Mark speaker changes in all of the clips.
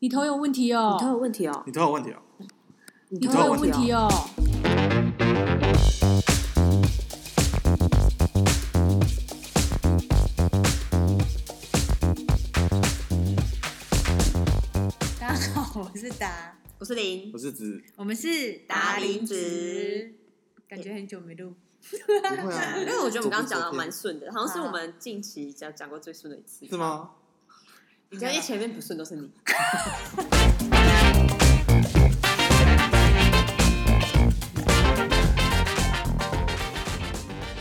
Speaker 1: 你头有问题哦，
Speaker 2: 你头有问题哦，
Speaker 3: 你头有问题哦。
Speaker 2: 你
Speaker 1: 你头有问题
Speaker 2: 哦。
Speaker 1: 哦。
Speaker 4: 大家好，我是达，
Speaker 2: 我是零
Speaker 3: 我，是指
Speaker 4: 我们是
Speaker 2: 达林子，嗯
Speaker 4: 感觉很久没录，
Speaker 3: 不会啊，
Speaker 2: 因为我觉得我们刚刚讲的
Speaker 3: 的
Speaker 2: 蛮顺的，好像是我们近期讲讲过最顺的一次。
Speaker 3: 是？吗？
Speaker 2: 只要一前面不顺都是你。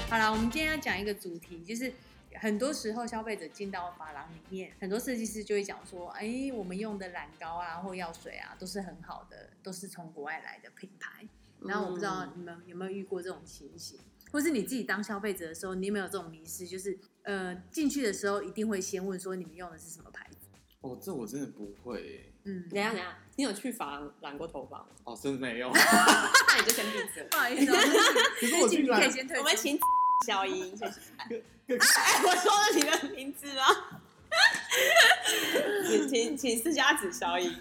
Speaker 4: 好了，我们今天要讲一个主题，就是很多时候消费者进到发廊里面，很多设计师就会讲说，哎、我们用的染膏啊或药水啊都是很好的，都是从国外来的品牌。然后我不知
Speaker 2: 嗯
Speaker 4: 道你们有没有遇过这种情形，或是你自己当消费者的时候，你有没有这种迷失？就是呃，进去的时候一定会先问说你们用的是什么牌子？
Speaker 3: 哦，这我真的不会耶。
Speaker 4: 嗯，
Speaker 2: 等一下等一下，你有去发廊染过头发吗？
Speaker 3: 哦，真的没 有。
Speaker 2: 那你就先闭嘴。
Speaker 4: 不好意思、啊，
Speaker 3: 可是 我
Speaker 4: 进
Speaker 3: 去
Speaker 4: 去可
Speaker 3: 染
Speaker 4: 以，先退出。
Speaker 2: 我们请小英，谢 谢。哎，我说了你的名字吗？ 请请请私家子小英。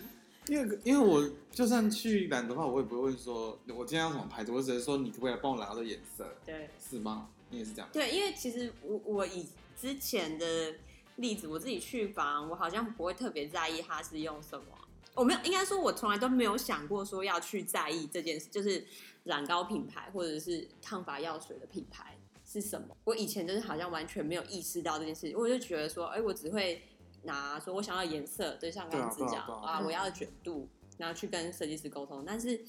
Speaker 3: 因为因为我就算去染的话，我也不会问说我今天要什么牌子，我只是说你可不可以帮我染到的颜色，
Speaker 2: 对
Speaker 3: 是吗？你也是这样。
Speaker 2: 对，因为其实我我以之前的例子，我自己去房，我好像不会特别在意它是用什么。我没有，应该说，我从来都没有想过说要去在意这件事，就是染膏品牌或者是烫发药水的品牌是什么。我以前就是好像完全没有意识到这件事情，我就觉得说，哎、我只会拿说我想要颜色，对，像刚刚子
Speaker 3: 对啊对啊
Speaker 2: 讲
Speaker 3: 对啊
Speaker 4: 嗯
Speaker 2: 啊，我要卷度，然后去跟设计师沟通。但是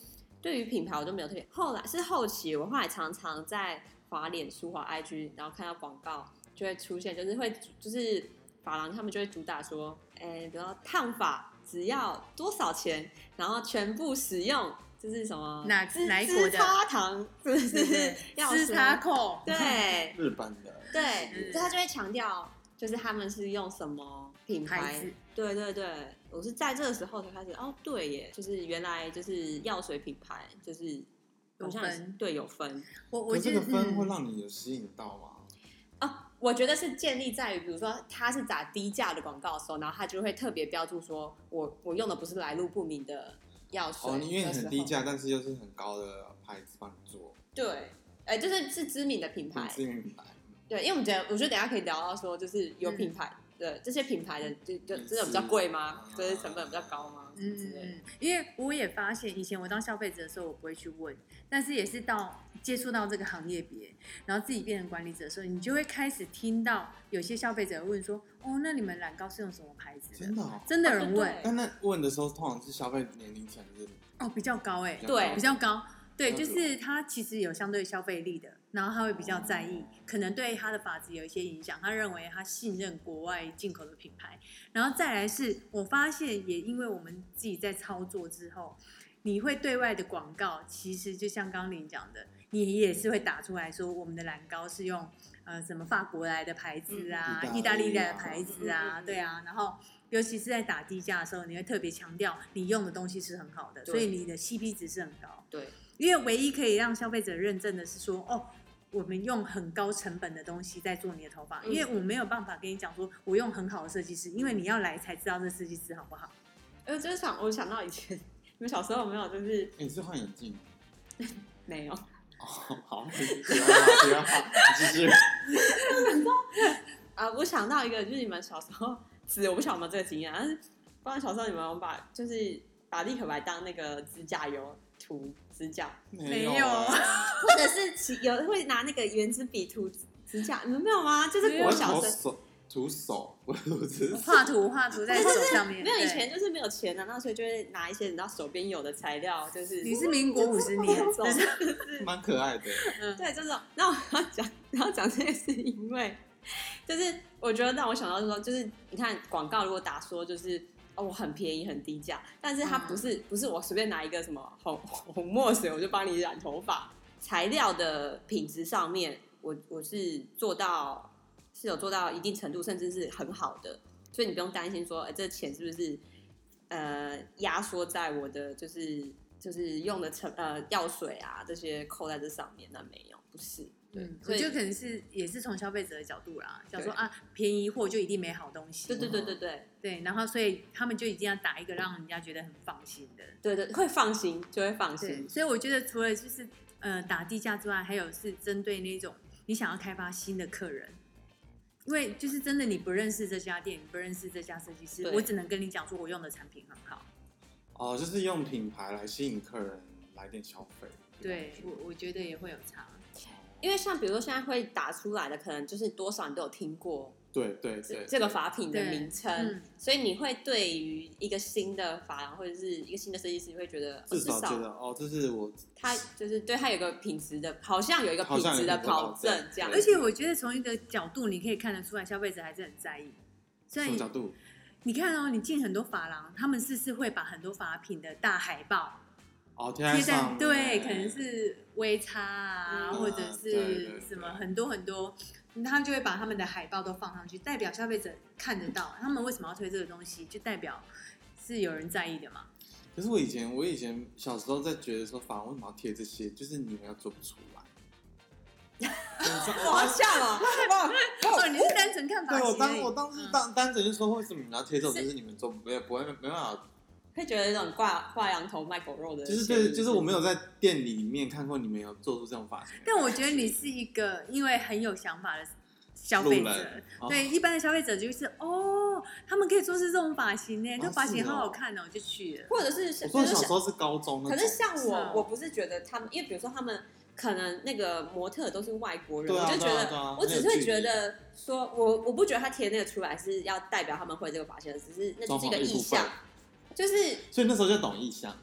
Speaker 2: 对于品牌，我就没有特别。后来是后期，我后来常常在滑脸书、滑 IG，然后看到广告就会出现，就是会就是发廊他们就会主打说，哎、比如说烫发只要多少钱，然后全部使用就是什么
Speaker 4: 哪
Speaker 2: 芝
Speaker 4: 哪一国的
Speaker 2: 芝擦糖，是不是 要
Speaker 4: 吃
Speaker 2: 什
Speaker 4: 叉
Speaker 2: 么？
Speaker 4: 扣，
Speaker 2: 对，
Speaker 3: 日本的，
Speaker 2: 对，他就会强调，就是他们是用什么品
Speaker 4: 牌
Speaker 2: 牌
Speaker 4: 子。
Speaker 2: 对对对，我是在这个时候才开始，哦，对耶，就是原来就是药水品牌，就是好像也是
Speaker 4: 有分
Speaker 2: 对有分
Speaker 4: 我我
Speaker 3: 可
Speaker 4: 觉
Speaker 3: 这
Speaker 4: 得
Speaker 3: 个分
Speaker 4: 嗯
Speaker 3: 会让你有吸引到吗？
Speaker 2: 哦。我觉得是建立在于，比如说他是打低价的广告的时候，然后他就会特别标注说，我我用的不是来路不明的药水，
Speaker 3: 哦，你因为
Speaker 2: 的时
Speaker 3: 很
Speaker 2: 候
Speaker 3: 低，价，但是又是很高的牌子帮你做，
Speaker 2: 对，哎，就是是知名的品牌
Speaker 3: 很，知名品牌。
Speaker 2: 对，因为我们觉得，我觉得等一下可以聊到说，就是有品牌的、这些品牌的，就就真的比较贵吗？
Speaker 3: 嗯
Speaker 2: 嗯就是成本比较高吗？嗯之类的。
Speaker 4: 嗯，因为我也发现，以前我当消费者的时候，我不会去问，但是也是到接触到这个行业别，然后自己变成管理者的时候，你就会开始听到有些消费者问说：“哦，那你们染膏是用什么牌子
Speaker 3: 真
Speaker 4: 的
Speaker 3: 的哦？”。
Speaker 4: 真的有人
Speaker 2: 哦对
Speaker 4: 问
Speaker 2: 对
Speaker 3: 但那问的时候，通常是消费年龄层是
Speaker 4: 哦，比较高哎
Speaker 3: 比较，
Speaker 2: 对
Speaker 3: 高
Speaker 4: 比较高，对，
Speaker 3: 了
Speaker 4: 就
Speaker 3: 解
Speaker 4: 是他其实有相对消费力的，然后他会比较在意，可能对他的法子有一些影响。他认为他信任国外进口的品牌，然后再来是我发现，也因为我们自己在操作之后，你会对外的广告，其实就像刚林讲的，你也是会打出来说我们的蓝膏是用呃什么法国来的牌子啊，
Speaker 3: 嗯
Speaker 4: 意
Speaker 3: 意
Speaker 4: 大
Speaker 3: 大
Speaker 4: 利
Speaker 3: 利啊
Speaker 4: 来的牌子啊，
Speaker 2: 嗯嗯嗯
Speaker 4: 对啊，然后。尤其是在打低价的时候，你会特别强调你用的东西是很好的，
Speaker 2: 对
Speaker 4: 所以你的 CP 值是很高。
Speaker 2: 对，
Speaker 4: 因为唯一可以让消费者认证的是说，哦，我们用很高成本的东西在做你的头发，
Speaker 2: 嗯
Speaker 4: 因为我没有办法跟你讲说我用很好的设计师，因为你要来才知道这设计师好不 好。
Speaker 2: 因为就是想，哎我想到以前 你们小时候有没有，就是
Speaker 3: 你是换眼镜。
Speaker 2: 没有，
Speaker 3: 哦， 好，不要啊不要，你继续。
Speaker 2: 啊，我想到一个，就是你们小时候，是我不晓得有没有这个经验，啊但是不知道小时候你们有没有把就是把立可白当那个指甲油涂指甲，
Speaker 3: 没
Speaker 4: 没有
Speaker 3: 啊
Speaker 2: 或者是其有会拿那个圆珠笔涂指甲，你们没有吗？就是
Speaker 4: 没有啊
Speaker 2: 国
Speaker 3: 我
Speaker 2: 小
Speaker 3: 小
Speaker 2: 生。
Speaker 3: 手徒手，我我只是
Speaker 4: 画图画图在手上面，
Speaker 2: 没有
Speaker 4: 对
Speaker 2: 以前就是没有钱啊，那所以就会拿一些你知道手边有的材料，就是
Speaker 4: 你是民国五十年，
Speaker 2: 这种
Speaker 4: 但是
Speaker 3: 蛮可爱的。
Speaker 4: 嗯
Speaker 2: 对，就是那我要讲，然后讲这个是因为，就是我觉得让我想到就是说，就是你看广告如果打说就是哦我很便宜很低价，但是它
Speaker 4: 嗯
Speaker 2: 不是、不是我随便拿一个什么红 红墨水我就帮你染头发，材料的品质上面，我我是做到是有做到一定程度，甚至是很好的，所以你不用担心说，哎、这钱是不是呃压缩在我的就是就是用的成呃药水啊这些扣在这上面？那没有，不是，
Speaker 3: 对
Speaker 4: 嗯，我
Speaker 2: 所以
Speaker 4: 觉得可能是也是从消费者的角度啦，想说
Speaker 3: 对
Speaker 4: 啊，便宜货就一定没好东西，
Speaker 2: 对对对对对
Speaker 4: 对然后所以他们就一定要打一个让人家觉得很放心的，
Speaker 2: 对对，会放心，就会放
Speaker 4: 对，
Speaker 2: 心。
Speaker 4: 所以我觉得除了就是呃打地价之外，还有是针对那种你想要开发新的客人，因为就是真的你不认识这家店，你不认识这家设计师，
Speaker 2: 对
Speaker 4: 我只能跟你讲说我用的产品很好。
Speaker 3: 哦，就是用品牌来吸引客人来店消费。
Speaker 4: 对我我觉得也会有差，
Speaker 2: 因为像比如说现在会打出来的，可能就是多少你都有听过
Speaker 3: 对对
Speaker 2: 这
Speaker 3: 对，
Speaker 2: 这个法品的
Speaker 4: 对
Speaker 2: 名称
Speaker 4: 嗯，
Speaker 2: 所以你会对于一个新的法或者是一个新的设计师，你会觉得哦
Speaker 3: 至
Speaker 2: 至
Speaker 3: 少觉
Speaker 2: 少
Speaker 3: 得哦，这是我
Speaker 2: 他就是对他有个品质的，好像有一个
Speaker 3: 好
Speaker 2: 品
Speaker 3: 像有
Speaker 2: 质
Speaker 3: 一个
Speaker 2: 的
Speaker 3: 保
Speaker 2: 保
Speaker 3: 证
Speaker 2: 证这样
Speaker 4: 而。
Speaker 3: 对
Speaker 4: 且我觉得从一个角度你可以看得出来，消费者还是很在意。所
Speaker 3: 什么
Speaker 4: 以
Speaker 3: 角度？
Speaker 4: 你看哦，你进很多发廊，他们是不是会把很多法品的大海报
Speaker 3: 哦，贴
Speaker 4: 贴在
Speaker 3: 上面
Speaker 4: 对，可能是微差啊，
Speaker 2: 嗯
Speaker 4: 或者
Speaker 3: 对对对
Speaker 4: 是什么很多很多，他们就会把他们的海报都放上去，代表消费者看得到他们为什么要推这个东西，就代表是有人在意的嘛。
Speaker 3: 可是我以前，我以前小时候在觉得说，法文为什么要贴这些？就是你们要做不出来。
Speaker 2: 我好像哦，
Speaker 4: 哦，
Speaker 2: 哇
Speaker 4: 你是单纯看发
Speaker 3: 对，我
Speaker 4: 型而
Speaker 3: 当
Speaker 4: 已，
Speaker 3: 我当时
Speaker 4: 嗯
Speaker 3: 当单纯就说，为什么你们要贴这种？
Speaker 2: 是
Speaker 3: 就是你们做不没不会没办法，
Speaker 2: 会觉得那种挂挂羊头卖狗肉的
Speaker 3: 就
Speaker 2: 嫌疑，
Speaker 3: 是对，就是我没有在店里面看过你们有做出这种发型。
Speaker 4: 但我觉得你是一个因为很有想法的消费
Speaker 3: 路
Speaker 4: 者
Speaker 3: 人，哦
Speaker 4: 对一般的消费者就是哦，他们可以做出这种发型呢，
Speaker 3: 哦
Speaker 4: 这发型
Speaker 3: 是哦
Speaker 4: 好好看哦，我就去了。
Speaker 2: 或者是
Speaker 3: 我
Speaker 2: 比如
Speaker 3: 说
Speaker 2: 说
Speaker 3: 小时候是高中那
Speaker 2: 可
Speaker 3: 种，
Speaker 2: 是像
Speaker 4: 是啊
Speaker 2: 我，我不是觉得他们，因为比如说他们可能那个模特都是外国人，
Speaker 3: 对啊
Speaker 2: 我就觉
Speaker 3: 对啊
Speaker 2: 得，
Speaker 3: 对啊
Speaker 2: 我只是
Speaker 3: 很有
Speaker 2: 会
Speaker 3: 距
Speaker 2: 觉
Speaker 3: 离
Speaker 2: 得说，我我不觉得他贴那个出来是要代表他们会这个发型，只是那就是一个
Speaker 3: 装潢艺术
Speaker 2: 意向
Speaker 3: 范，
Speaker 2: 就是
Speaker 3: 所以那时候就懂意向。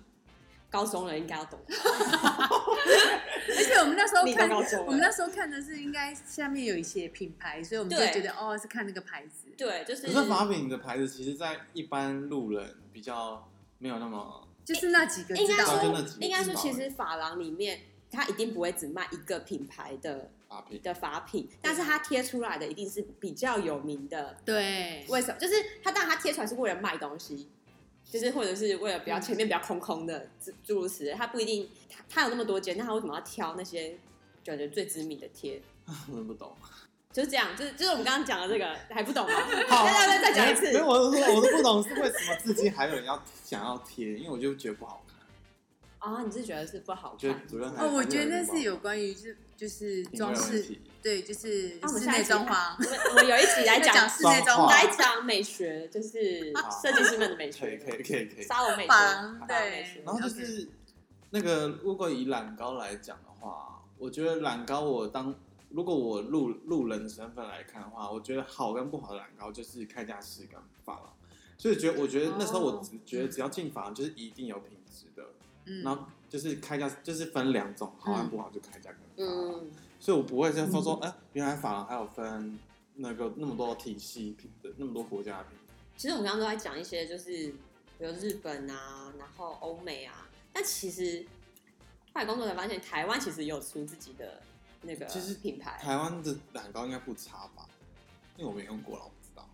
Speaker 2: 高中人应该要懂，
Speaker 4: 而且我们那时候
Speaker 2: 你
Speaker 4: 看
Speaker 2: 都告诉我了
Speaker 4: 我们那时候看的是应该下面有一些品牌，所以我们就
Speaker 2: 对
Speaker 4: 觉得哦是看那个牌子。
Speaker 2: 对，就
Speaker 3: 可
Speaker 2: 是
Speaker 3: 是法饼的牌子，其实在一般路人比较没有那么
Speaker 4: 就是那几个
Speaker 2: 应
Speaker 4: 知
Speaker 2: 该
Speaker 4: 道
Speaker 3: 就那
Speaker 2: 说
Speaker 3: 几欸个
Speaker 2: 应该
Speaker 3: 知
Speaker 2: 说，
Speaker 3: 道
Speaker 2: 其
Speaker 3: 而
Speaker 2: 实发廊里面他一定不会只卖一个品牌的
Speaker 3: 法饼。
Speaker 2: 的法品，但是他贴出来的一定是比较有名的
Speaker 4: 对，
Speaker 2: 为什么？就是他，当然他贴出来是为了卖东西，就是或者是为了比较前面比较空空的诸诸如此类，他不一定他他有那么多间，那他为什么要挑那些感觉最知名的贴？
Speaker 3: 我真不懂。
Speaker 2: 就是这样，就是就是我们刚刚讲的这个还不懂吗？
Speaker 3: 好，
Speaker 2: 再再再讲一
Speaker 3: 没
Speaker 2: 次
Speaker 3: 有，，我是说我都不懂是为什么至今还有人要想要贴，因为我就觉得不好看。
Speaker 2: 啊，你是觉得是不好
Speaker 3: 我觉得
Speaker 2: 看？
Speaker 3: 主任还
Speaker 4: 哦，我觉得那是有关于就是就是装
Speaker 3: 品味问
Speaker 4: 饰
Speaker 3: 题，
Speaker 4: 对，就是
Speaker 2: 那我们
Speaker 4: 室
Speaker 2: 下一
Speaker 4: 内
Speaker 2: 集
Speaker 4: 装潢，
Speaker 2: 我们啊我们有一集来讲
Speaker 4: 讲室内装
Speaker 3: 装潢
Speaker 2: 来
Speaker 4: 潢，
Speaker 2: 讲美学，就是
Speaker 3: 好
Speaker 2: 设计师们的美
Speaker 3: 可
Speaker 2: 学，
Speaker 3: 以可以可以可以。
Speaker 2: 沙龙美学
Speaker 4: 法郎，
Speaker 2: 法郎美
Speaker 4: 对
Speaker 2: 学，
Speaker 3: 然后就是那个，如果以染膏来讲的话，我觉得染膏我当如果我路路人的身份来看的话，我觉得好跟不好的染膏就是看价师跟发廊。所以觉得我觉得那时候我
Speaker 4: 哦
Speaker 3: 只觉得只要进发廊就是一定有品质的，然
Speaker 4: 嗯，
Speaker 3: 后就是开价就是分两种，好和不好就开价跟发廊。
Speaker 2: 嗯，
Speaker 3: 所以我不会先
Speaker 4: 嗯
Speaker 3: 说说，哎、原来法郎还有分那个那么多体系品的那么多国家的品牌，
Speaker 2: 其实我们刚刚都在讲一些，就是比如日本啊，然后欧美啊，但其实后来工作才发现，台湾其实也有出自己的那个
Speaker 3: 其实
Speaker 2: 品牌。嗯
Speaker 3: 台湾的染膏应该不差吧？因为我没用过了，我不知道。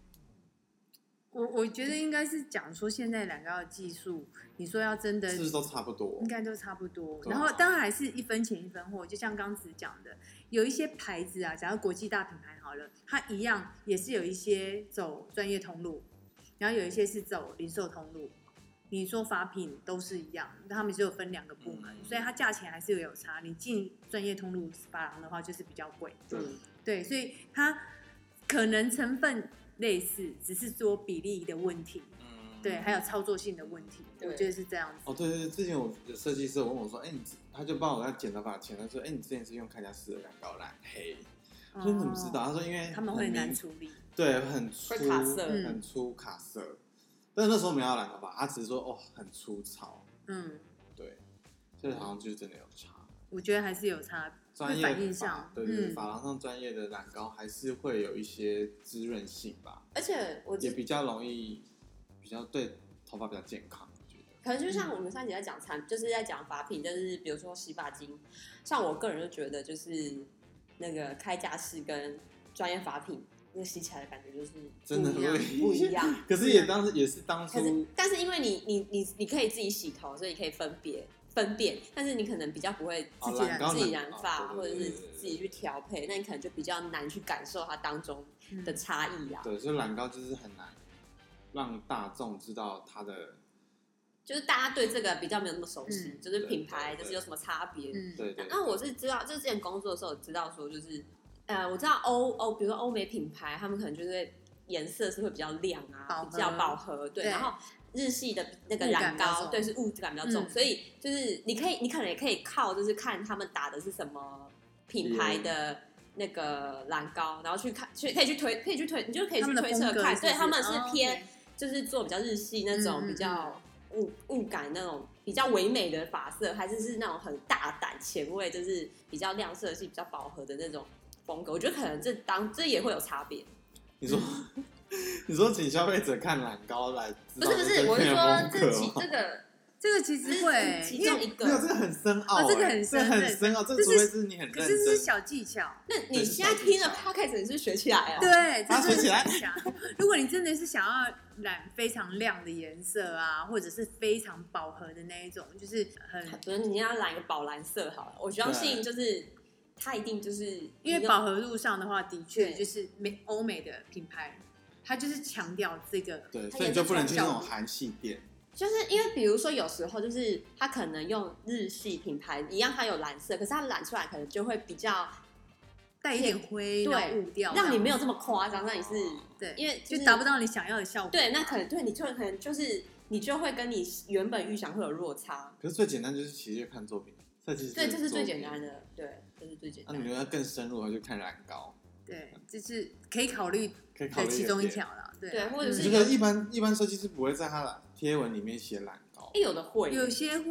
Speaker 4: 我我觉得应该是讲说现在染膏的技术，你说要真的
Speaker 3: 是不是都差不多
Speaker 4: 应？该都差不多。
Speaker 3: 对
Speaker 4: 然
Speaker 3: 啊
Speaker 4: 后当然还是一分钱一分货，就像刚子讲的，有一些牌子啊，假如国际大品牌好了，它一样也是有一些走专业通路，然后有一些是走零售通路。你说法品都是一样，他们只有分两个部门，
Speaker 3: 嗯
Speaker 4: 所以它价钱还是有差。你进专业通路发廊的话，就是比较贵。
Speaker 2: 嗯，
Speaker 4: 对，所以它可能成分类似，只是说比例的问题，
Speaker 3: 嗯
Speaker 4: 对，还有操作性的问题，
Speaker 2: 对
Speaker 4: 我觉得是这样子。
Speaker 3: 哦，对对对，之前我的设计师有问我说，哎、你他就帮我在剪头发前，他说，哎、你之前是用开家师的染膏染黑，我说你怎么知道？他说因为
Speaker 4: 哦他们会很难
Speaker 3: 明
Speaker 4: 处理。
Speaker 3: 对，很粗，
Speaker 2: 会卡色
Speaker 4: 嗯
Speaker 3: 很粗卡色。但是那时候没有染头发，他只是说哦很粗糙，
Speaker 4: 嗯，
Speaker 3: 对，所以好像就是真的有差。
Speaker 4: 我觉得还是有差。
Speaker 3: 专业
Speaker 4: 会反
Speaker 3: 的
Speaker 4: 映
Speaker 3: 法
Speaker 4: 上
Speaker 3: 对对对，
Speaker 4: 嗯
Speaker 3: 发廊上专业的染膏还是会有一些滋润性吧，
Speaker 2: 而且我
Speaker 3: 也
Speaker 2: 觉得
Speaker 3: 比较容易，比较对头发比较健康，我觉得。
Speaker 2: 可能就像我们上集在讲产，就是在讲法品，就是比如说洗发精，像我个人就觉得就是那个开架式跟专业法品，那洗起来的感觉就是
Speaker 3: 真的
Speaker 2: 不一样
Speaker 3: 会
Speaker 2: 不一样。
Speaker 3: 可是也当时也是当
Speaker 2: 可是
Speaker 3: 初，
Speaker 2: 但是因为你你你你可以自己洗头，所以你可以分别。分辨，但是你可能比较不会
Speaker 3: 哦
Speaker 2: 自己
Speaker 4: 染
Speaker 3: 染膏
Speaker 2: 自己
Speaker 3: 染
Speaker 2: 染发，
Speaker 3: 哦
Speaker 2: 或者
Speaker 3: 对对
Speaker 2: 是
Speaker 3: 对对
Speaker 2: 自己去调配，那你可能就比较难去感受它当中
Speaker 4: 嗯
Speaker 2: 的差异啊。
Speaker 3: 对，所以染膏就是很难让大众知道它的
Speaker 2: 嗯就是大家对这个比较没有那么熟悉，
Speaker 4: 嗯
Speaker 2: 就是品牌
Speaker 3: 对对对
Speaker 2: 就是有什么差别。
Speaker 4: 嗯，
Speaker 3: 对对。
Speaker 2: 那我是知道，就是之前工作的时候有知道说，就是呃，我知道欧欧，比如说欧美品牌，他们可能就是颜色是会比较亮
Speaker 4: 饱和
Speaker 2: 啊，比较饱和，对。
Speaker 4: 对
Speaker 2: 然后日系的那个
Speaker 4: 雾感
Speaker 2: 染
Speaker 4: 比较
Speaker 2: 膏，
Speaker 4: 重
Speaker 2: 对，是雾感比较重，
Speaker 4: 嗯
Speaker 2: 所以就是你可以，你可能也可以靠，就是看他们打的是什么品牌的。那个染膏，然后去看，去可以去推，可以去推，你就可以
Speaker 4: 他
Speaker 2: 去
Speaker 4: 们的
Speaker 2: 推测
Speaker 4: 风格
Speaker 2: 看，
Speaker 4: 是不
Speaker 2: 对
Speaker 4: 是
Speaker 2: 他们是
Speaker 4: 哦
Speaker 2: 偏、
Speaker 4: OK
Speaker 2: 就是做比较日系那
Speaker 4: 嗯嗯
Speaker 2: 种
Speaker 4: 嗯
Speaker 2: 比较雾雾感那种比较唯美的发色，还是是那种很大胆前卫，就是比较亮色系、比较饱和的那种风格。我觉得可能这当这也会有差别，
Speaker 3: 你说，你说请消费者看染膏来知
Speaker 2: 不
Speaker 3: 道
Speaker 2: 是不是，
Speaker 3: 这
Speaker 2: 我是
Speaker 3: 片
Speaker 2: 说
Speaker 3: 风
Speaker 2: 这
Speaker 3: 格
Speaker 2: 其
Speaker 3: 吗
Speaker 2: 这 个
Speaker 4: 这个其
Speaker 2: 这
Speaker 4: 实
Speaker 2: 是
Speaker 4: 会，
Speaker 2: 其
Speaker 4: 因
Speaker 2: 中
Speaker 4: 为
Speaker 2: 一
Speaker 3: 哦没有这
Speaker 2: 个。
Speaker 3: 个很深奥
Speaker 4: 哦
Speaker 3: 欸，
Speaker 4: 这个很深
Speaker 3: 这很深奥，这
Speaker 4: 这
Speaker 3: 个
Speaker 4: 是
Speaker 3: 除非是你很
Speaker 4: 可是
Speaker 3: 认
Speaker 4: 这是
Speaker 3: 真，
Speaker 4: 小技巧。
Speaker 2: 那你现在听了 podcast 你是学起来啊了，
Speaker 4: 对，
Speaker 3: 把它
Speaker 4: 这真
Speaker 3: 存起来
Speaker 4: 的是想。如果你真的是想要染非常亮的颜色啊，或者是非常饱和的那一种，就是很
Speaker 2: 比如你要染一个宝蓝色好了，我相信就是它一定就是
Speaker 4: 因为
Speaker 2: 那种
Speaker 4: 饱和度上的话，的确
Speaker 2: 对
Speaker 4: 就是美欧美的品牌，它就是强调这个
Speaker 3: 对，
Speaker 2: 它
Speaker 3: 所以
Speaker 2: 也
Speaker 3: 你就是不能去那
Speaker 4: 小
Speaker 3: 种
Speaker 4: 众
Speaker 3: 韩系店，
Speaker 2: 就是因为比如说有时候就是它可能用日系品牌一样，它有蓝色，可是它染出来可能就会比较
Speaker 4: 带一点灰，
Speaker 2: 对
Speaker 4: 然后雾调，
Speaker 2: 让你没有这么夸张，让你是
Speaker 4: 对，
Speaker 2: 因为
Speaker 4: 就是达不到你想要的效果。
Speaker 2: 对，那可能对你就可能就是你就会跟你原本预想会有落差，
Speaker 3: 可是最简单就是其实就看作品，设计师
Speaker 2: 对，这是最
Speaker 3: 作
Speaker 2: 简
Speaker 3: 品
Speaker 2: 单。的，对，这是最简
Speaker 3: 那
Speaker 2: 单
Speaker 3: 啊你
Speaker 2: 的。
Speaker 3: 们要更深入的话，就看染膏，
Speaker 4: 对，就是可以考虑
Speaker 3: 可以考
Speaker 4: 的
Speaker 3: 虑
Speaker 4: 其中一
Speaker 3: 点。
Speaker 4: 条了。对
Speaker 2: 对或者
Speaker 3: 我
Speaker 2: 是
Speaker 3: 觉
Speaker 4: 嗯
Speaker 3: 得一般一般设计师不会在他的贴文里面写染膏，
Speaker 2: 哎，有的会，
Speaker 4: 有些
Speaker 3: 有的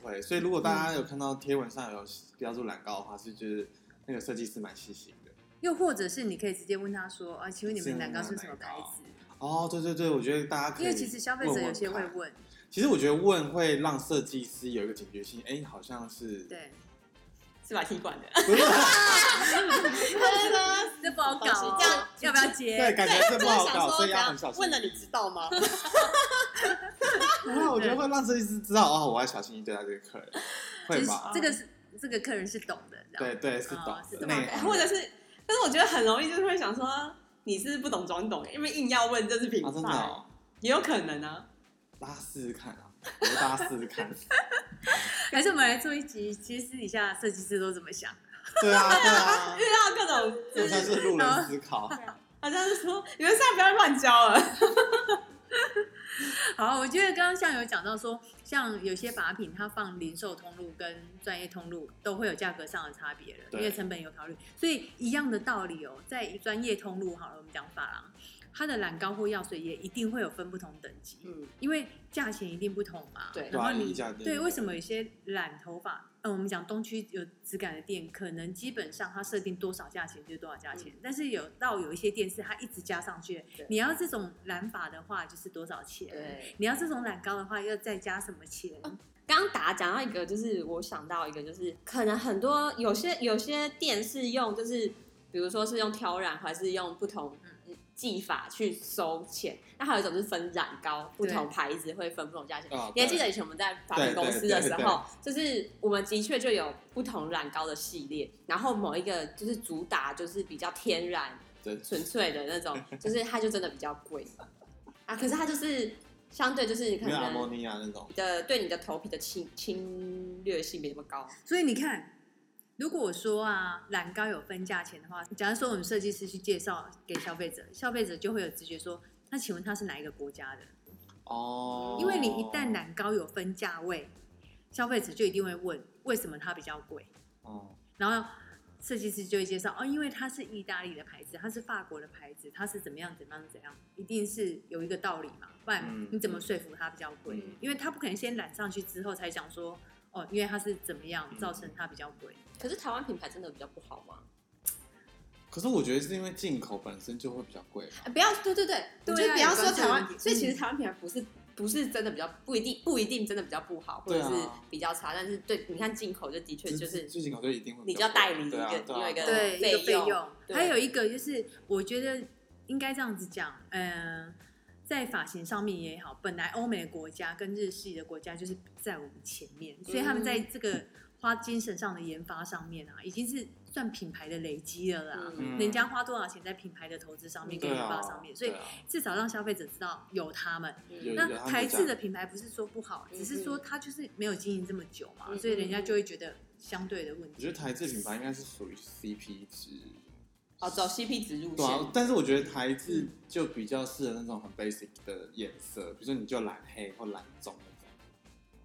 Speaker 4: 会，
Speaker 3: 会。所以如果大家有看到贴文上有标注染膏的话，是就是那个设计师蛮细心的。
Speaker 4: 又或者是你可以直接问他说：“啊，请问你
Speaker 3: 是
Speaker 4: 们染膏
Speaker 3: 哪
Speaker 4: 是
Speaker 3: 个
Speaker 4: 什么牌子
Speaker 3: 哦，对对对，我觉得大家？”可以
Speaker 4: 因为其实消费者有些
Speaker 3: 问
Speaker 4: 会
Speaker 3: 问看
Speaker 4: 问，
Speaker 3: 其实我觉得问会让设计师有一个警觉性，哎，好像是，
Speaker 4: 对，
Speaker 2: 是吧？踢馆的，
Speaker 3: 不是
Speaker 2: 啊
Speaker 4: 这不好搞
Speaker 2: 放心
Speaker 4: 哦，
Speaker 2: 这样
Speaker 4: 要不要
Speaker 3: 对，
Speaker 4: 接？
Speaker 3: 感觉是不好
Speaker 2: 想
Speaker 3: 搞，
Speaker 2: 说
Speaker 3: 所以
Speaker 2: 怎
Speaker 3: 要
Speaker 2: 样
Speaker 3: 很小心。
Speaker 2: 问了你知道吗？
Speaker 3: 然后我觉得会让设计师知道，哦，我要小心对待这个客人，会
Speaker 4: 就是
Speaker 3: 吧？
Speaker 4: 这个是这个客人是懂的，这样
Speaker 3: 对对，是
Speaker 4: 哦
Speaker 3: 懂
Speaker 4: 是
Speaker 3: 的，
Speaker 4: 懂
Speaker 3: 内
Speaker 4: 的
Speaker 3: 行
Speaker 2: 或者是，但是我觉得很容易就是会想说你是不是不懂装懂，因为硬要问这是品
Speaker 3: 啊，真的
Speaker 2: 牌，
Speaker 3: 哦，
Speaker 2: 也有可能啊。
Speaker 3: 大家试试看啊，我觉得大家试试看。
Speaker 4: 还是我们来做一集，其实私底下设计师都怎么想？
Speaker 3: 对啊，对啊，
Speaker 2: 遇到各种
Speaker 3: 这算是路人思考。
Speaker 2: 好像是说你们现在不要乱教了。
Speaker 4: 好，我觉得刚刚像有讲到说，像有些把品它放零售通路跟专业通路都会有价格上的差别了，因
Speaker 3: 对
Speaker 4: 为成本有考虑，所以一样的道理哦，在专业通路好了，我们讲发廊，它的染膏或药水也一定会有分不同等级，
Speaker 2: 嗯，
Speaker 4: 因为价钱一定不同嘛。
Speaker 2: 对
Speaker 4: 然后
Speaker 3: 对啊
Speaker 4: 你
Speaker 3: 溢价店
Speaker 4: 对为什么有些染头发？嗯，我们讲东区有质感的店，可能基本上它设定多少价钱就是多少价钱，但是有到有一些店是它一直加上去
Speaker 2: 嗯对，
Speaker 4: 你要这种染发的话就是多少钱，
Speaker 2: 对。
Speaker 4: 你要这种染膏的话要再加什么钱？
Speaker 2: 刚刚达讲到一个，就是我想到一个，就是可能很多有些有些店是用，就是比如说是用挑染，还是用不同技法去收钱。那还有一种就是分染膏，不
Speaker 4: 对
Speaker 2: 同牌子会分不同价钱。
Speaker 3: 啊，
Speaker 2: 你还
Speaker 3: 对
Speaker 2: 记得以前我们在法律公司的时候，就是我们的确就有不同染膏的系列，然后某一个就是主打就是比较天然
Speaker 3: 对
Speaker 2: 纯粹的那种，就是它就真的比较贵啊。可是它就是相对就是可
Speaker 3: 没有啊阿莫
Speaker 2: 能
Speaker 3: 尼亚那种
Speaker 2: 你的对你的头皮的侵侵略性没那么高，
Speaker 4: 所以你看，如果我说啊，染膏有分价钱的话，假如说我们设计师去介绍给消费者，消费者就会有直觉说，那请问它是哪一个国家的？
Speaker 3: 哦，
Speaker 4: 因为你一旦染膏有分价位，消费者就一定会问为什么它比较贵，
Speaker 3: 哦，
Speaker 4: 然后设计师就会介绍哦，因为它是意大利的牌子，它是法国的牌子，它是怎么样怎么样怎样，一定是有一个道理嘛，不然
Speaker 3: 嗯
Speaker 4: 你怎么说服它比较贵？
Speaker 3: 嗯
Speaker 4: 因为它不可能先染上去之后才讲说哦，因为它是怎么
Speaker 3: 嗯
Speaker 4: 样造成它比较贵。
Speaker 2: 可是台湾品牌真的比较不好吗？
Speaker 3: 可是我觉得是因为进口本身就会比较贵吧，
Speaker 2: 啊不要，对对对，
Speaker 4: 对啊
Speaker 2: 你就不要说台
Speaker 4: 有关这个问嗯
Speaker 2: 湾，
Speaker 4: 题
Speaker 2: 所以其实台湾品牌不是不是真的比较不一定不一定真的比较不好，或
Speaker 3: 对
Speaker 2: 者
Speaker 3: 啊
Speaker 2: 是比较差，但是对你看进口就的确就是
Speaker 3: 最进口就一定会
Speaker 2: 你
Speaker 3: 比
Speaker 2: 就要
Speaker 3: 较贵
Speaker 2: 代理一个
Speaker 3: 对啊对啊
Speaker 2: 另外一个
Speaker 4: 对，一个
Speaker 2: 费
Speaker 4: 费
Speaker 2: 用
Speaker 4: 用。
Speaker 2: 对
Speaker 4: 还有一个就是，我觉得应该这样子讲，嗯、在发型上面也好，本来欧美的国家跟日系的国家就是在我们前面，所以他们在这个花精神上的研发上面啊，已经是算品牌的累积了啦。
Speaker 2: 嗯
Speaker 4: 人家花多少钱在品牌的投资上面、跟
Speaker 3: 对
Speaker 4: 研
Speaker 3: 啊
Speaker 4: 发上面，所以
Speaker 3: 对啊
Speaker 4: 至少让消费者知道有他们。
Speaker 3: 有
Speaker 4: 那
Speaker 3: 有他们
Speaker 4: 台
Speaker 3: 这
Speaker 4: 制
Speaker 3: 样
Speaker 4: 的品牌不是说不好，
Speaker 2: 嗯
Speaker 4: 只是说它就是没有经营这么久嘛，
Speaker 2: 嗯
Speaker 4: 所以人家就会觉得相对的问
Speaker 3: 我
Speaker 4: 题。
Speaker 3: 觉得台制品牌应该是属于 CP 值，
Speaker 2: 哦，走 CP 值路
Speaker 3: 对啊
Speaker 2: 线，，
Speaker 3: 但是我觉得台制就比较适合那种很 basic 的颜色，比如说你就蓝黑或蓝棕那种，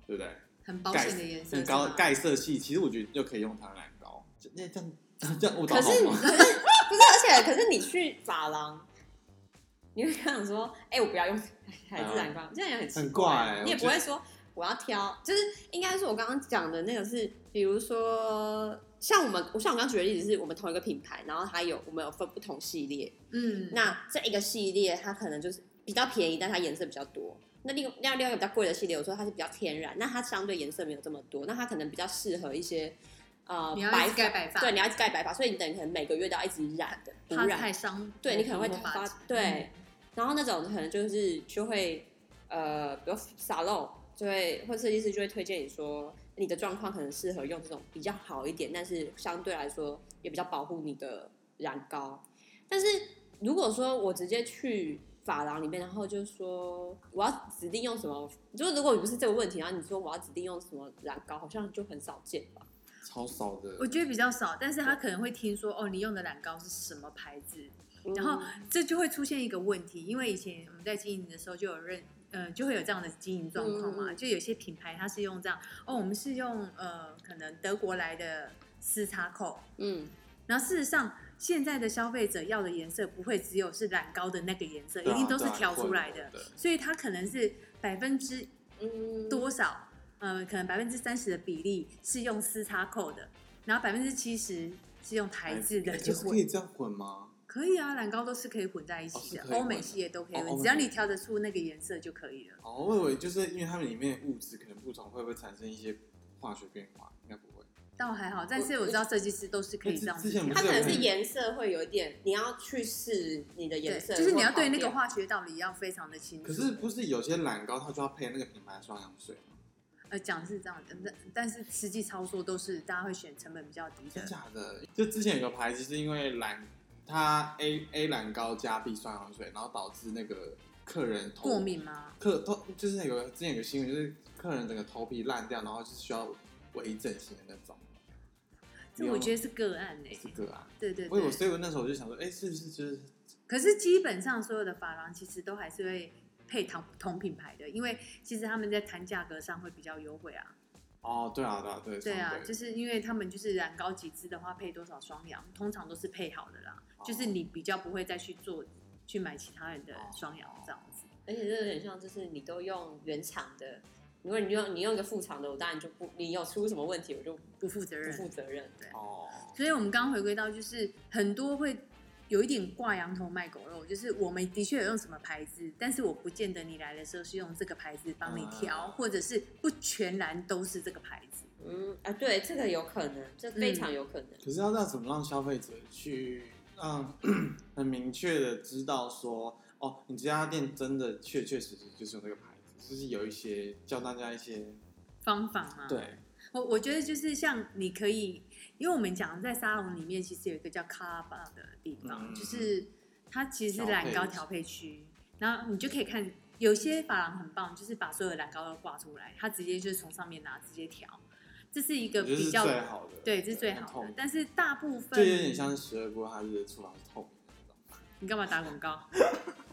Speaker 3: 对不对？
Speaker 4: 很保
Speaker 3: 盖
Speaker 4: 险的颜色
Speaker 3: 很
Speaker 4: 是
Speaker 3: 高
Speaker 4: 吗，
Speaker 3: 盖色系，其实我觉得就可以用它来高。这那这样这样我
Speaker 2: 可
Speaker 3: 打
Speaker 2: 是可
Speaker 3: 好吗？
Speaker 2: 是不是，而且可是你去发廊，你会想说，哎、我不要用台自然光，这样也很奇
Speaker 3: 嗯很怪欸
Speaker 2: 你也
Speaker 3: 我
Speaker 2: 不
Speaker 3: 觉
Speaker 2: 会
Speaker 3: 得
Speaker 2: 说我要挑，就是应该是我刚刚讲的那个是，比如说像我们，我像我刚刚举的例子是我们同一个品牌，然后还有我们有分不同系列，
Speaker 4: 嗯，
Speaker 2: 那这一个系列它可能就是比较便宜，但它颜色比较多。那另另外另外一个比较贵的系列，我说它是比较天然，那它相对颜色没有这么多，那它可能比较适合一些呃
Speaker 4: 你要
Speaker 2: 白
Speaker 4: 一直盖白发，
Speaker 2: 对，你要一直盖白发，所以你等于可能每个月都要一直染的
Speaker 4: 它
Speaker 2: 补染，
Speaker 4: 太伤，
Speaker 2: 对你可能会
Speaker 4: 头
Speaker 2: 发嗯
Speaker 4: 发，
Speaker 2: 对，然后那种可能就是就会呃，比如沙漏就会或设计师就会推荐你说你的状况可能适合用这种比较好一点，但是相对来说也比较保护你的染膏。但是如果说我直接去发廊里面，然后就说我要指定用什么，就是如果你不是这个问题，然后你说我要指定用什么染膏，好像就很少见吧。
Speaker 3: 超少的，
Speaker 4: 我觉得比较少，但是他可能会听说哦，你用的染膏是什么牌子，然后
Speaker 2: 嗯
Speaker 4: 这就会出现一个问题，因为以前我们在经营的时候就有认。呃，就会有这样的经营状况嘛，
Speaker 2: 嗯
Speaker 4: 就有些品牌它是用这样哦，我们是用呃，可能德国来的丝插扣，
Speaker 2: 嗯，
Speaker 4: 然后事实上，现在的消费者要的颜色不会只有是染膏的那个颜色，
Speaker 3: 对
Speaker 4: 一
Speaker 3: 啊
Speaker 4: 定都是
Speaker 3: 对啊
Speaker 4: 调
Speaker 3: 会
Speaker 4: 出来的，
Speaker 3: 对
Speaker 4: 所以它可能是百分之
Speaker 2: 嗯，
Speaker 4: 多少，呃，可能百分之三十的比例是用丝插扣的，然后百分之七十是用台制的，
Speaker 3: 哎
Speaker 4: 就
Speaker 3: 可是可以
Speaker 4: 混。
Speaker 3: 这样混吗？
Speaker 4: 可以啊，染膏都是可以混在一起
Speaker 3: 哦
Speaker 4: 的
Speaker 3: 是，可以
Speaker 4: 欧
Speaker 3: 混
Speaker 4: 美
Speaker 3: 的
Speaker 4: 系列都可
Speaker 3: 哦欧
Speaker 4: 以，
Speaker 3: 美
Speaker 4: 只要
Speaker 3: 系
Speaker 4: 你挑得出那个颜色就可以了。
Speaker 3: 哦，我以为就是因为它们里面的物质可能不同，会不会产生一些化学变化？应该不会。
Speaker 4: 倒还好，但是
Speaker 2: 我
Speaker 4: 我知道设计师都是可以这样
Speaker 3: 之
Speaker 4: 子
Speaker 3: 哦哎之前
Speaker 4: 调
Speaker 3: 不
Speaker 2: 它
Speaker 4: 的。
Speaker 2: 可能
Speaker 3: 有
Speaker 2: 是
Speaker 3: 那
Speaker 2: 颜色会有一点，你要去试你的颜
Speaker 4: 对，
Speaker 2: 色，
Speaker 4: 就是你要
Speaker 2: 会跑
Speaker 4: 对那个
Speaker 2: 掉
Speaker 4: 化学道理要非常的清楚。
Speaker 3: 可是欸不是有些染膏它就要配那个品牌的双氧水吗？
Speaker 4: 呃，讲是这样的，但但是实际操作都是大家会选成本比较低
Speaker 3: 真
Speaker 4: 的。
Speaker 3: 假的？就之前有个牌子是因为染它 A A 染膏加 B 双氧水，然后导致那个客人头
Speaker 4: 过，敏吗？
Speaker 3: 客头就是有个之前有个新闻，就是客人整个头皮烂掉，然后就是需要微整形的那种。
Speaker 4: 这我觉得是个案呢、
Speaker 3: 啊是个啊，
Speaker 4: 对对
Speaker 3: 我以为
Speaker 4: 对。
Speaker 3: 所以我那时候我就想说，哎、是不是就是
Speaker 4: 可是基本上所有的发廊其实都还是会配同同品牌的，因为其实他们在谈价格上会比较优惠啊。
Speaker 3: 哦，对啊，对啊，对，
Speaker 4: 对啊，就是是因为他们就是染膏几支的话配多少双氧，通常都是配好的啦，
Speaker 2: 哦
Speaker 4: 就是你比较不会再去做去买其他人的
Speaker 2: 哦
Speaker 4: 双氧这样子。
Speaker 2: 而且这有点像，就是你都用原厂的，如果你用你用一个副厂的，我当然就不，你有出什么问题我就
Speaker 4: 不负责
Speaker 2: 不
Speaker 4: 任，
Speaker 2: 负责任。对，
Speaker 3: 哦，
Speaker 4: 所以我们刚刚回归到，就是很多会有一点挂羊头卖狗肉，就是我们的确有用什么牌子，但是我不见得你来的时候是用这个牌子帮你调，
Speaker 3: 嗯
Speaker 4: 或者是不全然都是这个牌子。
Speaker 2: 嗯啊，对，这个有可能，这非
Speaker 4: 嗯
Speaker 2: 常有可能。
Speaker 3: 可是要那怎么让消费者去让很明确的知道说，哦，你这家店真的确确实实就是用这个牌子，就是有一些教大家一些
Speaker 4: 嗯方法嘛，，
Speaker 3: 对，
Speaker 4: 我我觉得就是像你可以，因为我们讲在沙龙里面其实有一个叫 c a b a 的地方，
Speaker 3: 嗯
Speaker 4: 就是它其实是
Speaker 3: 调配
Speaker 4: 染膏调配区，然后你就可以看有些发廊很棒，就是把所有的染膏都挂出来，它直接就是从上面拿直接调，这是一
Speaker 3: 我
Speaker 4: 个
Speaker 3: 觉得
Speaker 4: 比
Speaker 3: 是
Speaker 4: 较
Speaker 3: 最好的，
Speaker 4: 对，这是最
Speaker 3: 很
Speaker 4: 好
Speaker 3: 透
Speaker 4: 的
Speaker 3: 明。
Speaker 4: 但是大部分
Speaker 3: 就有点像是十二锅，它是出来是透明的那种。
Speaker 4: 你干嘛打广告？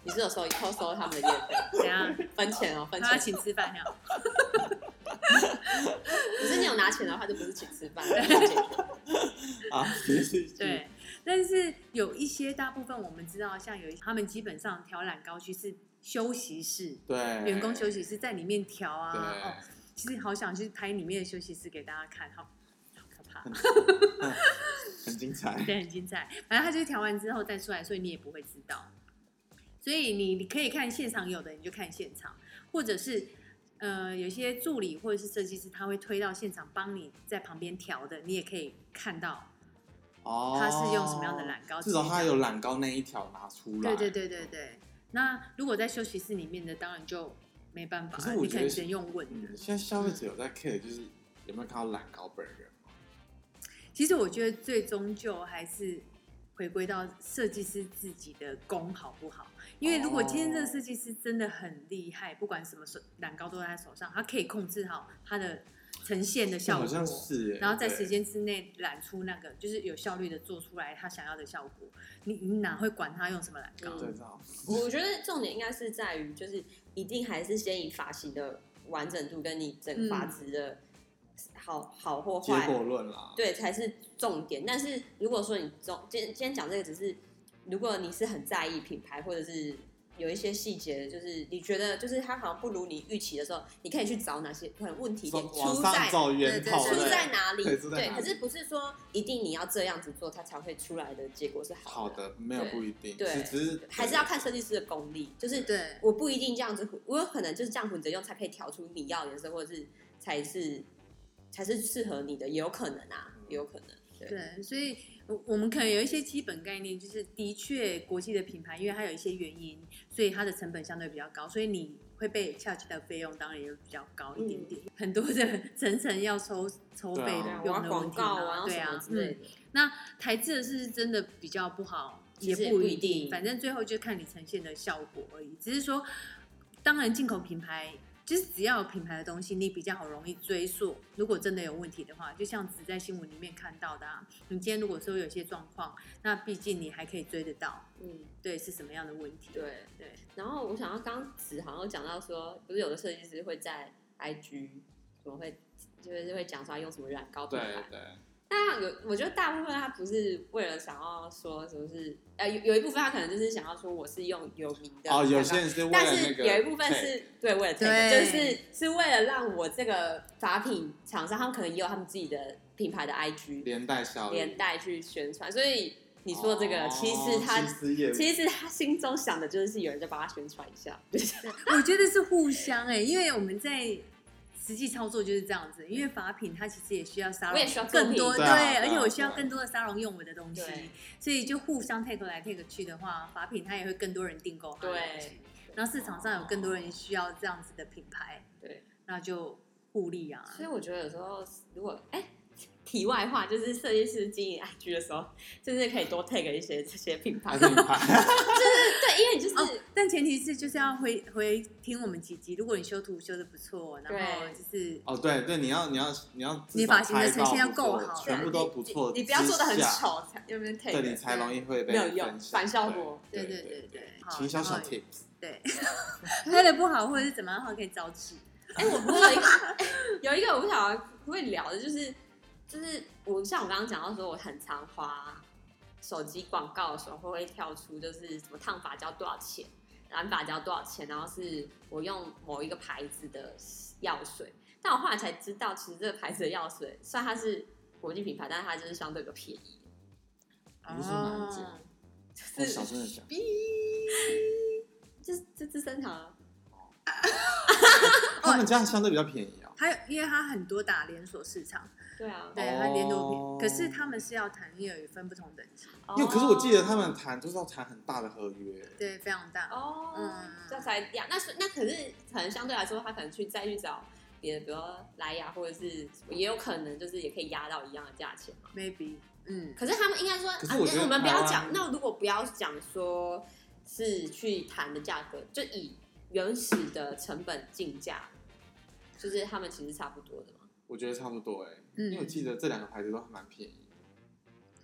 Speaker 2: 你是有收偷收他们的业费，
Speaker 4: 怎样？
Speaker 2: 分钱哦，分
Speaker 4: 他要
Speaker 2: 钱。
Speaker 4: 请吃饭呀？
Speaker 2: 可是你有拿钱的话，就不是请吃 饭，是请
Speaker 3: 啊， 是是，
Speaker 4: 对，但是有一些大部分我们知道，像有一他们基本上调染膏区是休息室，
Speaker 3: 对，
Speaker 4: 员工休息室在里面调
Speaker 3: 对，
Speaker 4: 啊。哦，其实好想去拍里面的休息室给大家看，好好可怕。
Speaker 3: 很精彩。
Speaker 4: 对，很精彩。反正它就是调完之后再出来，所以你也不会知道。所以你你可以看现场有的，你就看现场，或者是呃有些助理或者是设计师，他会推到现场帮你在旁边调的，你也可以看到
Speaker 3: 哦，
Speaker 4: 他是用什么样的染膏。
Speaker 3: 至少它有染膏那一条拿出来。
Speaker 4: 对对对对对。那如果在休息室里面的，当然就没办法
Speaker 3: 可，是我
Speaker 4: 你可
Speaker 3: 觉得
Speaker 4: 能
Speaker 3: 是
Speaker 4: 只能用问的。
Speaker 3: 嗯，现在消费者有在 care 就是有没有看到懒高本人吗？
Speaker 4: 其实我觉得最终究还是回归到设计师自己的功好不好？因为如果今天
Speaker 3: 哦
Speaker 4: 这个设计师真的很厉害，不管什么手蛋糕都在他手上，他可以控制好他的呈现的效
Speaker 3: 好
Speaker 4: 果，
Speaker 3: 像是欸，
Speaker 4: 然后在
Speaker 3: 对
Speaker 4: 时间之内染出那个就是有效率的做出来他想要的效果。你你哪会管他用什么染膏？
Speaker 3: 对，这样
Speaker 2: 我觉得重点应该是在于，就是一定还是先以发型的完整度跟你
Speaker 4: 嗯
Speaker 2: 整发质的好、好或
Speaker 3: 结
Speaker 2: 坏
Speaker 3: 果论啦，
Speaker 2: 对才是重点。但是如果说你中今天今天讲这个，只是如果你是很在意品牌，或者是有一些细节，就是你觉得就是它好像不如你预期的时候，你可以去找哪些可能问题点
Speaker 3: 从往
Speaker 2: 出
Speaker 3: 上
Speaker 2: 在
Speaker 3: 走源头，
Speaker 4: 对
Speaker 2: 出
Speaker 4: 对对
Speaker 2: 在哪里？
Speaker 3: 对出在
Speaker 2: 对，
Speaker 3: 哪里
Speaker 2: 可是不是说一定你要这样子做，它才会出来的结果是
Speaker 3: 好
Speaker 2: 好的，
Speaker 3: 的，没有
Speaker 2: 对
Speaker 3: 不一定，
Speaker 2: 对
Speaker 3: 只只是
Speaker 2: 还是要看设计师的功力，就是
Speaker 4: 对，
Speaker 2: 我不一定这样子，我有可能就是这样混着用才可以调出你要的颜色，或者是才是才是适合你的，也有可能啊，也有可能。对，
Speaker 4: 对，所以我我们可能有一些基本概念，就是的确国际的品牌，因为它有一些原因，所以它的成本相对比较高，所以你会被 charge 的费用当然也比较高一点点，很多的层层要收收
Speaker 3: 嗯对啊
Speaker 4: 费
Speaker 3: 对啊
Speaker 2: 我要
Speaker 4: 用的问
Speaker 2: 广
Speaker 4: 题
Speaker 2: 告啊，
Speaker 4: 嘛，对
Speaker 2: 什么
Speaker 4: 啊，
Speaker 2: 之类
Speaker 4: 嗯，
Speaker 2: 的。
Speaker 4: 台制的是真的比较不好，
Speaker 2: 其实也
Speaker 4: 不
Speaker 2: 不一定
Speaker 4: 反正最后就看你呈现的效果而已。只是说，当然进口品牌。就是只要有品牌的东西，你比较好容易追溯。如果真的有问题的话，就像只在新闻里面看到的、啊，你今天如果说有些状况，那毕竟你还可以追得到，
Speaker 2: 嗯，
Speaker 4: 对，是什么样的问题？
Speaker 2: 对
Speaker 4: 对。
Speaker 2: 然后我想要刚刚子好像讲到说，不是有的设计师会在 IG 怎么会就是会讲说他用什么染膏品
Speaker 3: 对
Speaker 2: 牌，
Speaker 3: 对，哦
Speaker 2: 那有，我觉得大部分他不是为了想要说什么是，呃，有有一部分他可能就是想要说我是用有名的
Speaker 3: 哦，有
Speaker 2: 广告
Speaker 3: 些人是为了
Speaker 2: 但
Speaker 3: 那
Speaker 2: 是
Speaker 3: 个，
Speaker 2: 有一部分是对为了 take，
Speaker 4: 对
Speaker 2: 就是是为了让我这个法品厂商，他们可能也有他们自己的品牌的 IG
Speaker 3: 连带效应
Speaker 2: 连带去宣传，所以你说这个，
Speaker 3: 哦
Speaker 2: 其实他
Speaker 3: 其实也
Speaker 2: 其实他心中想的就是有人在帮他宣传一下，
Speaker 4: 我觉得是互相哎、因为我们在实际操作就是这样子，因为法品它其实也需要沙
Speaker 2: 我
Speaker 4: 龙
Speaker 2: 也需要作品
Speaker 4: 更多
Speaker 3: 对啊对啊
Speaker 4: 而且我需要
Speaker 3: 对啊
Speaker 4: 更多的沙龙用我的东西
Speaker 2: 对，
Speaker 4: 所以就互相 take 来 take 去的话，法品它也会更多人订购它的东西
Speaker 2: 对，
Speaker 4: 然后市场上有更多人需要这样子的品牌，
Speaker 2: 对，
Speaker 4: 那就互利啊。
Speaker 2: 所以我觉得有时候如果哎。题外话就是，设计师经营 IG 的时候，就是可以多 take 一些这些品牌，
Speaker 3: 还
Speaker 2: 就是
Speaker 3: 是品牌
Speaker 2: 对，因为你就是、
Speaker 4: 哦，但前提是就是要回回听我们几集，如果你修图修的不错，然后
Speaker 2: 对
Speaker 4: 就是
Speaker 3: 哦，对对，你要你要你要至
Speaker 4: 你
Speaker 3: 少
Speaker 4: 发型的
Speaker 3: 拍
Speaker 4: 呈现
Speaker 3: 照
Speaker 4: 要
Speaker 3: 不
Speaker 4: 够
Speaker 3: 错
Speaker 4: 好
Speaker 3: 全部都不错，
Speaker 2: 你你不要做的很
Speaker 3: 之下，
Speaker 2: 丑，才有没有 take？
Speaker 3: 对你才容易会被
Speaker 2: 没有用
Speaker 3: 分享
Speaker 2: 反效果
Speaker 3: 对
Speaker 4: 对
Speaker 3: 对
Speaker 4: 对对好
Speaker 3: 行销小
Speaker 4: 然后
Speaker 3: tips，
Speaker 4: 对拍的不好或者是怎么样的话，可以招致。
Speaker 2: 哎、我我有一个有一个我不晓得会聊的，就是就是我像我刚刚讲到说，我很常滑手机广告的时候，会跳出就是什么烫发胶多少钱，染发胶多少钱，然后是我用某一个牌子的药水，但我后来才知道，其实这个牌子的药水虽然它是国际品牌，但是它就是相对比较便宜，
Speaker 3: 你是哪一集
Speaker 4: 哦
Speaker 3: 我
Speaker 2: 就是
Speaker 3: 小声的讲，
Speaker 2: 就是就资生堂啊。
Speaker 3: 他们这样相对比较便宜啊，
Speaker 4: 还有，因为它很多打连锁市场，
Speaker 2: 对啊，
Speaker 4: 对，
Speaker 3: 哦
Speaker 4: 它连锁品，可是他们是要谈，因为有分不同等级，
Speaker 2: 哦
Speaker 3: 因为可是我记得他们谈就是要谈很大的合约，
Speaker 4: 对，非常大。
Speaker 2: 哦，
Speaker 4: 嗯
Speaker 2: 这才这样。那是那可是可能相对来说，他可能去再去找别的，比如说莱雅或者是什么也有可能就是也可以压到一样的价钱嘛。
Speaker 4: Maybe，嗯，
Speaker 2: 可是他们应该说，
Speaker 3: 可是我
Speaker 2: 啊
Speaker 3: 觉得
Speaker 2: 那我们不要
Speaker 3: 台湾
Speaker 2: 讲，那如果不要讲说是去谈的价格，就以原始的成本竞价，就是他们其实差不多的嘛。
Speaker 3: 我觉得差不多哎，
Speaker 4: 嗯
Speaker 3: 因为我记得这两个牌子都还蛮便宜，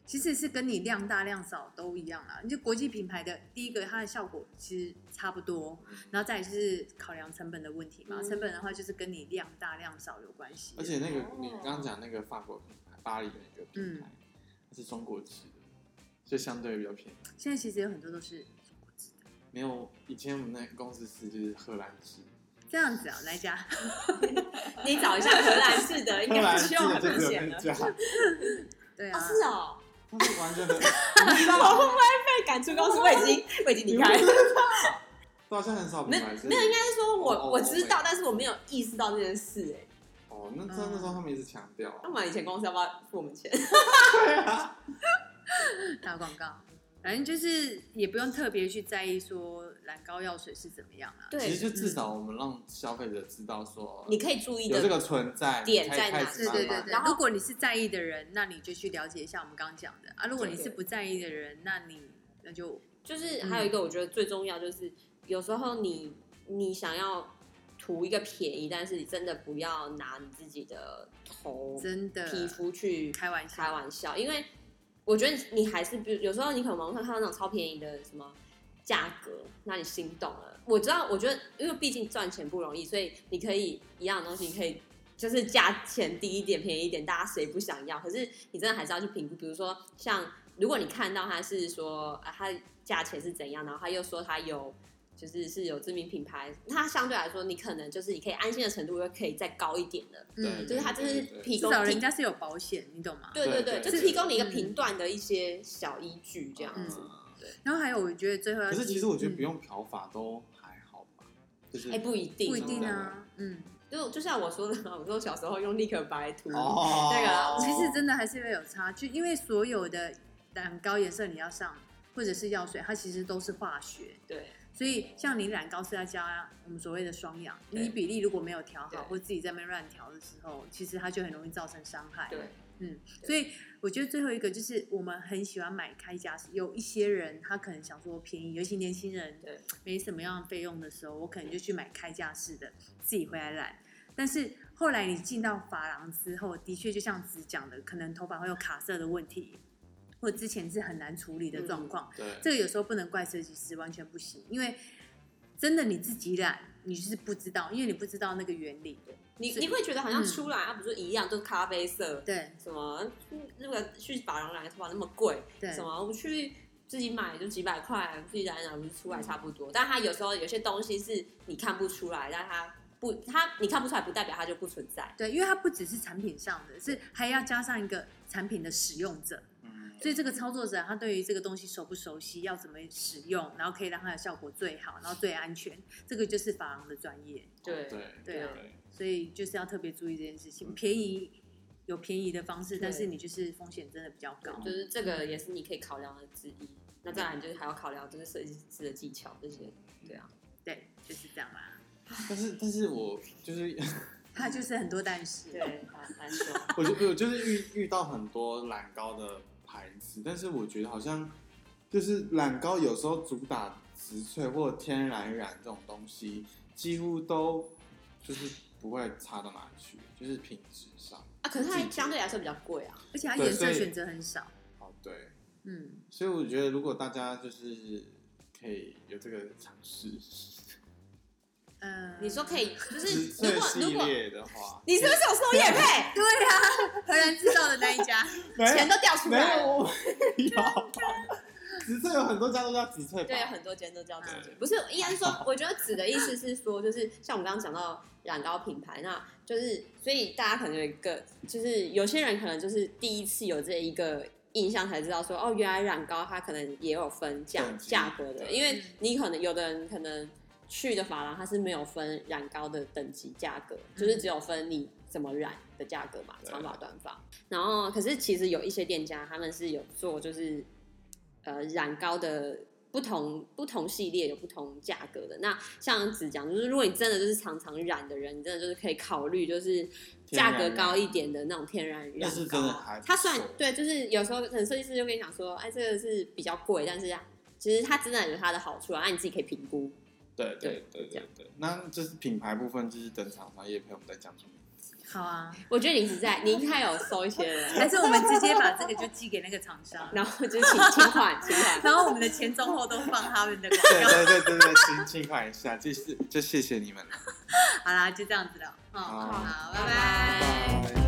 Speaker 4: 其实是跟你量大量少都一样啦。就国际品牌的第一个，它的效果其实差不多，
Speaker 3: 嗯
Speaker 4: 然后再来就是考量成本的问题嘛。
Speaker 2: 嗯
Speaker 4: 成本的话，就是跟你量大量少有关系。
Speaker 3: 而且那个
Speaker 2: 哦
Speaker 3: 你刚刚讲那个法国品牌，巴黎的一个品
Speaker 2: 嗯
Speaker 3: 牌，它是中国制的，所以相对比较便宜。
Speaker 4: 现在其实有很多都是
Speaker 3: 没有，以前我们那个公司是就是荷兰制，
Speaker 4: 这样子啊，来家，
Speaker 2: 你找一下荷兰式的，应
Speaker 3: 荷
Speaker 2: 该
Speaker 3: 兰
Speaker 2: 不
Speaker 3: 制
Speaker 2: 用
Speaker 3: 的
Speaker 2: 很
Speaker 3: 就
Speaker 2: 明
Speaker 3: 只有
Speaker 2: 显
Speaker 3: 那
Speaker 2: 的。
Speaker 3: 家，
Speaker 4: 对
Speaker 2: 哦，
Speaker 4: 啊，
Speaker 2: 是哦，
Speaker 3: 它是完全很，
Speaker 2: 我会不会被赶出公司？我已经我已经离开了。
Speaker 3: 都好像啊很少品牌是。
Speaker 2: 没有，应该是说我、
Speaker 3: 哦哦
Speaker 2: 我知
Speaker 3: 哦
Speaker 2: 道，但是我没有意识到这件事、哎，
Speaker 3: 哦，那那那时候他们一直强
Speaker 2: 嗯
Speaker 3: 调啊，
Speaker 2: 那我们以前公司要不要付我们钱？
Speaker 3: 对啊，
Speaker 4: 打广告。反正就是也不用特别去在意说蓝膏药水是怎么样啊。
Speaker 2: 对嗯
Speaker 3: 其实就至少我们让消费者知道说，
Speaker 2: 你可以注意
Speaker 3: 有这
Speaker 2: 的
Speaker 3: 个存在，
Speaker 2: 点
Speaker 3: 你才
Speaker 2: 在哪
Speaker 3: 开始
Speaker 4: 对
Speaker 3: 慢
Speaker 4: 对对
Speaker 3: 慢
Speaker 4: 对
Speaker 2: 然，后
Speaker 4: 如果你是在意的人，那你就去了解一下我们刚刚讲的啊。如果你
Speaker 2: 对
Speaker 4: 是不在意的人，那你那就
Speaker 2: 就是还有一个，我觉得最重要就是，有时候你你想要图一个便宜，但是你真的不要拿你自己的头
Speaker 4: 真的
Speaker 2: 皮肤去
Speaker 4: 开玩笑
Speaker 2: 开玩笑，因为我觉得你还是，比如有时候你可能网上看到那种超便宜的什么价格，那你心动了。我知道，我觉得因为毕竟赚钱不容易，所以你可以一样的东西，你可以就是价钱低一点、便宜一点，大家谁不想要？可是你真的还是要去评估，比如说像如果你看到它是说啊，它价钱是怎样，然后他又说它有。就是是有知名品牌，它相对来说，你可能就是你可以安心的程度又可以再高一点的，
Speaker 3: 对
Speaker 4: 嗯，
Speaker 2: 就是它就是
Speaker 3: 对对对
Speaker 2: 提
Speaker 4: 至
Speaker 2: 供
Speaker 4: 少
Speaker 2: 提
Speaker 4: 人家是有保险，你懂吗？
Speaker 2: 对对对，
Speaker 3: 对
Speaker 2: 就
Speaker 3: 对
Speaker 2: 提供你一个
Speaker 4: 嗯
Speaker 2: 评断的一些小依据，这样
Speaker 3: 嗯
Speaker 2: 子。
Speaker 4: 然后还有，我觉得最后要
Speaker 3: 可是
Speaker 4: 记
Speaker 3: 其实我觉得
Speaker 4: 嗯
Speaker 3: 不用漂法都还好吧，就是
Speaker 2: 哎、不一定，
Speaker 4: 不一定啊，嗯，
Speaker 2: 就就像我说的嘛，我说小时候用立可白涂，
Speaker 3: 哦，
Speaker 2: 那
Speaker 4: 其实真的还是会有差距，因为所有的染膏颜色你要上或者是药水，它其实都是化学，
Speaker 2: 对
Speaker 4: 所以像你染膏是要加我们所谓的双氧，
Speaker 2: 对
Speaker 4: 你比例如果没有调
Speaker 2: 对
Speaker 4: 好，或自己在那边乱调的时候，其实它就很容易造成伤害。
Speaker 2: 对，
Speaker 4: 嗯，所以我觉得最后一个就是我们很喜欢买开价，有一些人他可能想说便宜，尤其年轻人
Speaker 2: 对
Speaker 4: 没什么样费用的时候，我可能就去买开架式的，自己回来染。但是后来你进到发廊之后，的确就像子讲的，可能头发会有卡色的问题，或之前是很难处理的状况。
Speaker 3: 对，
Speaker 4: 这个有时候不能怪设计师，完全不行，因为真的你自己染，你是不知道，因为你不知道那个原理。
Speaker 2: 你
Speaker 4: 是
Speaker 2: 你会觉得好像
Speaker 4: 嗯
Speaker 2: 出来、啊，不是一样，都是咖啡色，
Speaker 4: 对
Speaker 2: 什么嗯那个去发廊染头发那么贵，
Speaker 4: 对
Speaker 2: 什么我去自己买就几百块，自己染染不是出来差不多。但它有时候有些东西是你看不出来，但它不它你看不出来，不代表它就不存在。
Speaker 4: 对，因为它不只是产品上的，是还要加上一个产品的使用者。
Speaker 3: 嗯
Speaker 4: 所以这个操作者他对于这个东西熟不熟悉，要怎么使用，然后可以让它的效果最好，然后最安全，这个就是法郎的专业。
Speaker 2: 对
Speaker 3: 对
Speaker 4: 对啊
Speaker 3: 对
Speaker 4: 所以就是要特别注意这件事情。便宜有便宜的方式，
Speaker 2: 对
Speaker 4: 但是你就是风险真的比较高。
Speaker 2: 就是这个也是你可以考量的之一。那再来，你就是还要考量就是设计师的技巧这些。对啊，
Speaker 4: 对，就是这样啦。
Speaker 3: 但是但是我就是
Speaker 4: 它就是很多但是。
Speaker 2: 对，好难说。
Speaker 3: 我就我就是遇遇到很多染膏的牌子，但是我觉得好像就是染膏有时候主打植萃或天然染这种东西，几乎都就是不会差到哪里去，就是品质上。
Speaker 2: 啊，可是它相对来说比较贵啊。
Speaker 4: 而且它
Speaker 3: 对
Speaker 4: 颜
Speaker 3: 所
Speaker 4: 色
Speaker 3: 以
Speaker 4: 选择很少。
Speaker 3: 哦，对，
Speaker 4: 嗯，
Speaker 3: 所以我觉得如果大家就是可以有这个尝试，
Speaker 4: 呃，
Speaker 2: 嗯你说可以，就
Speaker 3: 植
Speaker 2: 是如果
Speaker 3: 萃
Speaker 2: 如
Speaker 3: 系
Speaker 2: 果
Speaker 3: 列的话，
Speaker 2: 你是不是有收叶配，
Speaker 4: 对 啊，荷兰制造的那一家，
Speaker 3: 没有
Speaker 2: 钱都掉出
Speaker 3: 哎没
Speaker 2: 来
Speaker 3: 有
Speaker 2: 了？
Speaker 3: 我没有，啊 植萃有很多家都叫植萃吧，
Speaker 2: 对，有很多间都叫紫
Speaker 3: 对，
Speaker 2: 不是应该说，我觉得紫的意思是说，就是像我们刚刚讲到染膏品牌，那就是所以大家可能有一个，就是有些人可能就是第一次有这一个印象才知道说，哦，原来染膏它可能也有分价
Speaker 3: 等级
Speaker 2: 价格的，
Speaker 3: 对
Speaker 2: 因为
Speaker 4: 嗯
Speaker 2: 你可能有的人可能去的发廊它是没有分染膏的等级价格，就是只有分你怎么染的价格嘛，
Speaker 3: 嗯对
Speaker 2: 长发短发。然后，可是其实有一些店家他们是有做，就是呃染膏的不同不同系列有不同价格的。那像子讲，就是如果你真的就是常常染的人，你真的就是可以考虑就是价格高一点的那种天然
Speaker 3: 那
Speaker 2: 染
Speaker 3: 是
Speaker 2: 膏
Speaker 3: 真的还不错
Speaker 2: 它虽然对，就是有时候可能设计师就跟你讲说，哎，这个是比较贵，但是啊其实它真的有它的好处啊，啊你自己可以评估。
Speaker 3: 对
Speaker 2: 对
Speaker 3: 对对对对，那就是品牌部分，就是等厂商业配我们再讲出名字。
Speaker 4: 好啊，
Speaker 2: 我觉得你是在，你应该有收一些了，
Speaker 4: 还是我们直接把这个就寄给那个厂商，
Speaker 2: 然后就是请请款，请款。
Speaker 4: 然后我们的前中后都放他们的广
Speaker 3: 对
Speaker 4: 告。
Speaker 3: 对对对对，请请款一下，就是就谢谢你们了，
Speaker 4: 好啦，就这样子了。嗯，
Speaker 3: 好
Speaker 4: 好，拜
Speaker 2: 拜
Speaker 4: 拜
Speaker 2: 拜
Speaker 3: 拜。